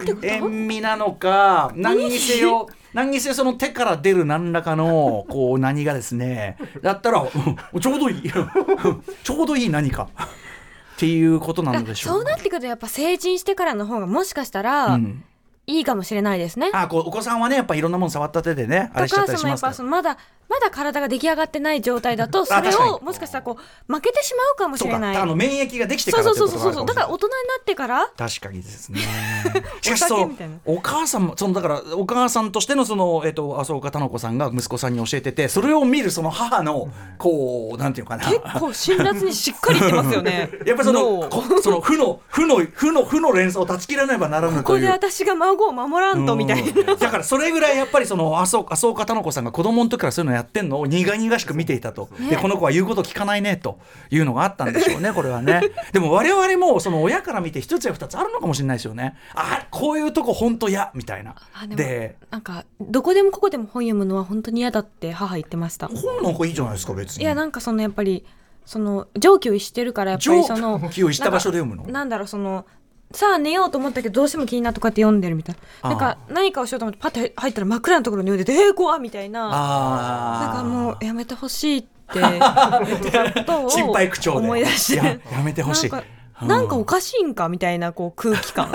味って塩味なのか何にせよ何にせよその手から出る何らかのこう何がですねだったらうんちょうどい いちょうどいい何かっていうことなのでしょそううなってくるとやっぱ成人してからの方がもしかしたら、んいいかもしれないですね。あこうお子さんはねやっぱいろんなもの触った手でねあれしちゃったりとかしそのやまっすかぱらそのまだまだ体が出来上がってない状態だとそれ確かをにもしかしたらこう負けてしまうかもしそうれかない。あの免疫ができてかそうらそうといそこううとそうそうだから大人になってから確かにです ね。しかしお酒そうみたいなお母さんもそのだからお母さんとしてのそのえっ、と麻生岡の子さんが息子さんに教えててそれを見るその母のこうなんていうのかな。結構辛辣にしっかりいってますよね 。やっぱりその脳こその負の負の負の負の連鎖を断ち切らねばならぬことこいでう。私が孫を守らんとみたいな。うんだからそれぐらいやっぱりその麻生麻生岡の子さんが子供の時からそういうのやってんのを苦々しく見ていたと、でこの子は言うこと聞かないねというのがあったんでしょう ねこれはねでも我々もその親から見て一つや二つあるのかもしれないですよねあこういうとこ本当やみたいなあでもでなんかどこでもここでも本読むのは本当に嫌だって母言ってました。本の方いいじゃないですか別にいやなんかそのやっぱりその上気を逸してるからやっぱりその 上気を逸した場所で読むのなんかなんだろうそのさあ寝ようと思ったけどどうしても気になってこうやって読んでるみたいあなーなんか何かをしようと思ってパッて入ったら真っ暗なところに読んでて「えー、怖っみたいなあなんあかもうやめてほしいって 言ってたことを心配口調で思い出してややめてほしいなんかうんなんかおかしいんかみたいなこう空気感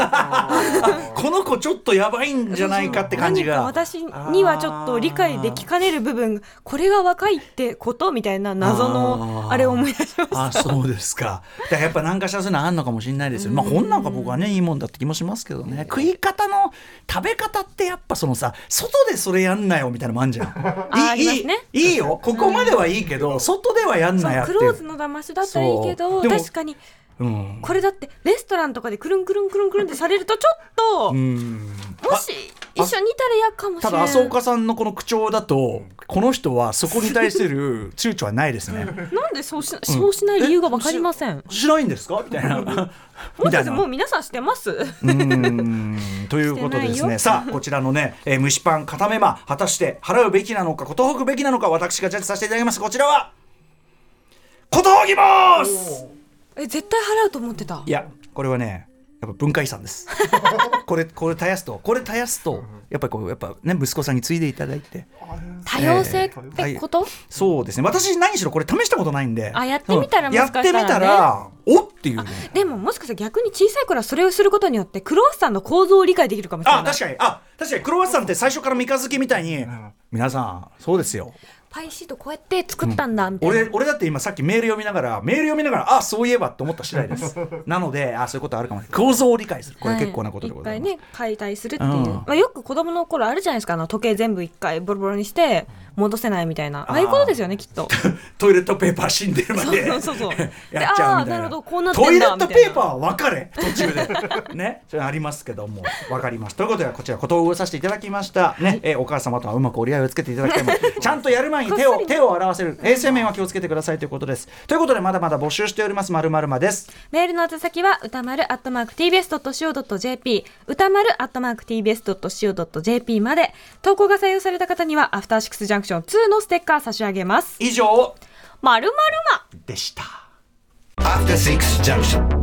この子ちょっとやばい んじゃないかって感じが何か私にはちょっと理解できかねる部分がこれが若いってことみたいな謎のあれを思い出しましたあそうですかだからやっぱ何かしらそういうのあんのかもしれないですよ、まあ本なんか僕はねいいもんだって気もしますけどね食い方の食べ方ってやっぱそのさ外でそれやんなよみたいなのもあんじゃんあいいありますねいいいいよここまではいいけど、外ではやんそなやうってクいうローズの騙しだったらいいけそうどでも確かにうんこれだってレストランとかでくるんくるんくるんくるんってされるとちょっと、うんもし一緒にいたら嫌かもしたれだない麻生岡さんのこの口調だとこの人はそこに対する躊躇はないですね なんでそうしそうしない理由がわかりません、しないんですかみたい な もみしいたかしてなもう皆さんしてますうーんということででしすてないねよさあこちらのね、えー蒸しパン固めま果たして払うべきなのかことほぐべきなのか私がジャッジさせていただきますこちらはことほぎますえ絶対払うと思ってたいやこれはねやっぱ文化遺産ですこれこれ絶やすとこれ絶やすとやっぱりこうやっぱね息子さんに継いでいただいて多様性ってこと、そうですね私何しろこれ試したことないんであやってみたらうんもしかしたらやってねみたらおっていうねでももしかしたら逆に小さい頃はそれをすることによってクロワッサンの構造を理解できるかもしれないあ確かにあ確かにクロワッサンって最初から三日月みたいに、皆さんそうですよパイシートこうやって作ったんだみたいな、俺俺だって今さっきメール読みながらメール読みながらあそういえばって思った次第です なのであそういうことあるかもね構造を理解するこれ結構なことでございます、はい一回ね解体するっていう、うんまあ、よく子供の頃あるじゃないですかあの時計全部一回ボロボロにして戻せないみたいなああいうことですよねきっ と トイレットペーパー死んでるまでそうそうそう でやっちゃうみたいなあーなるほどこうなってんだトイレットみたいペなーパーは分かれ途中で ねそれありますけども分かりますということでこちらことを動させていただきました、ねえーお母様とはうまく折り合いをつけていただきた いもちゃんとやる前に手を手を表せる衛生面は気をつけてくださいということですということでまだまだ募集しておりますまるまるまですメールの宛先は歌丸 at mark tbs.co.jp 歌丸 at mark tbs.co.jp まで投稿が採用された方にはアフターシックスジャンクション2のステッカー差し上げます以上まるまるまでしたアフターシックスジャンクション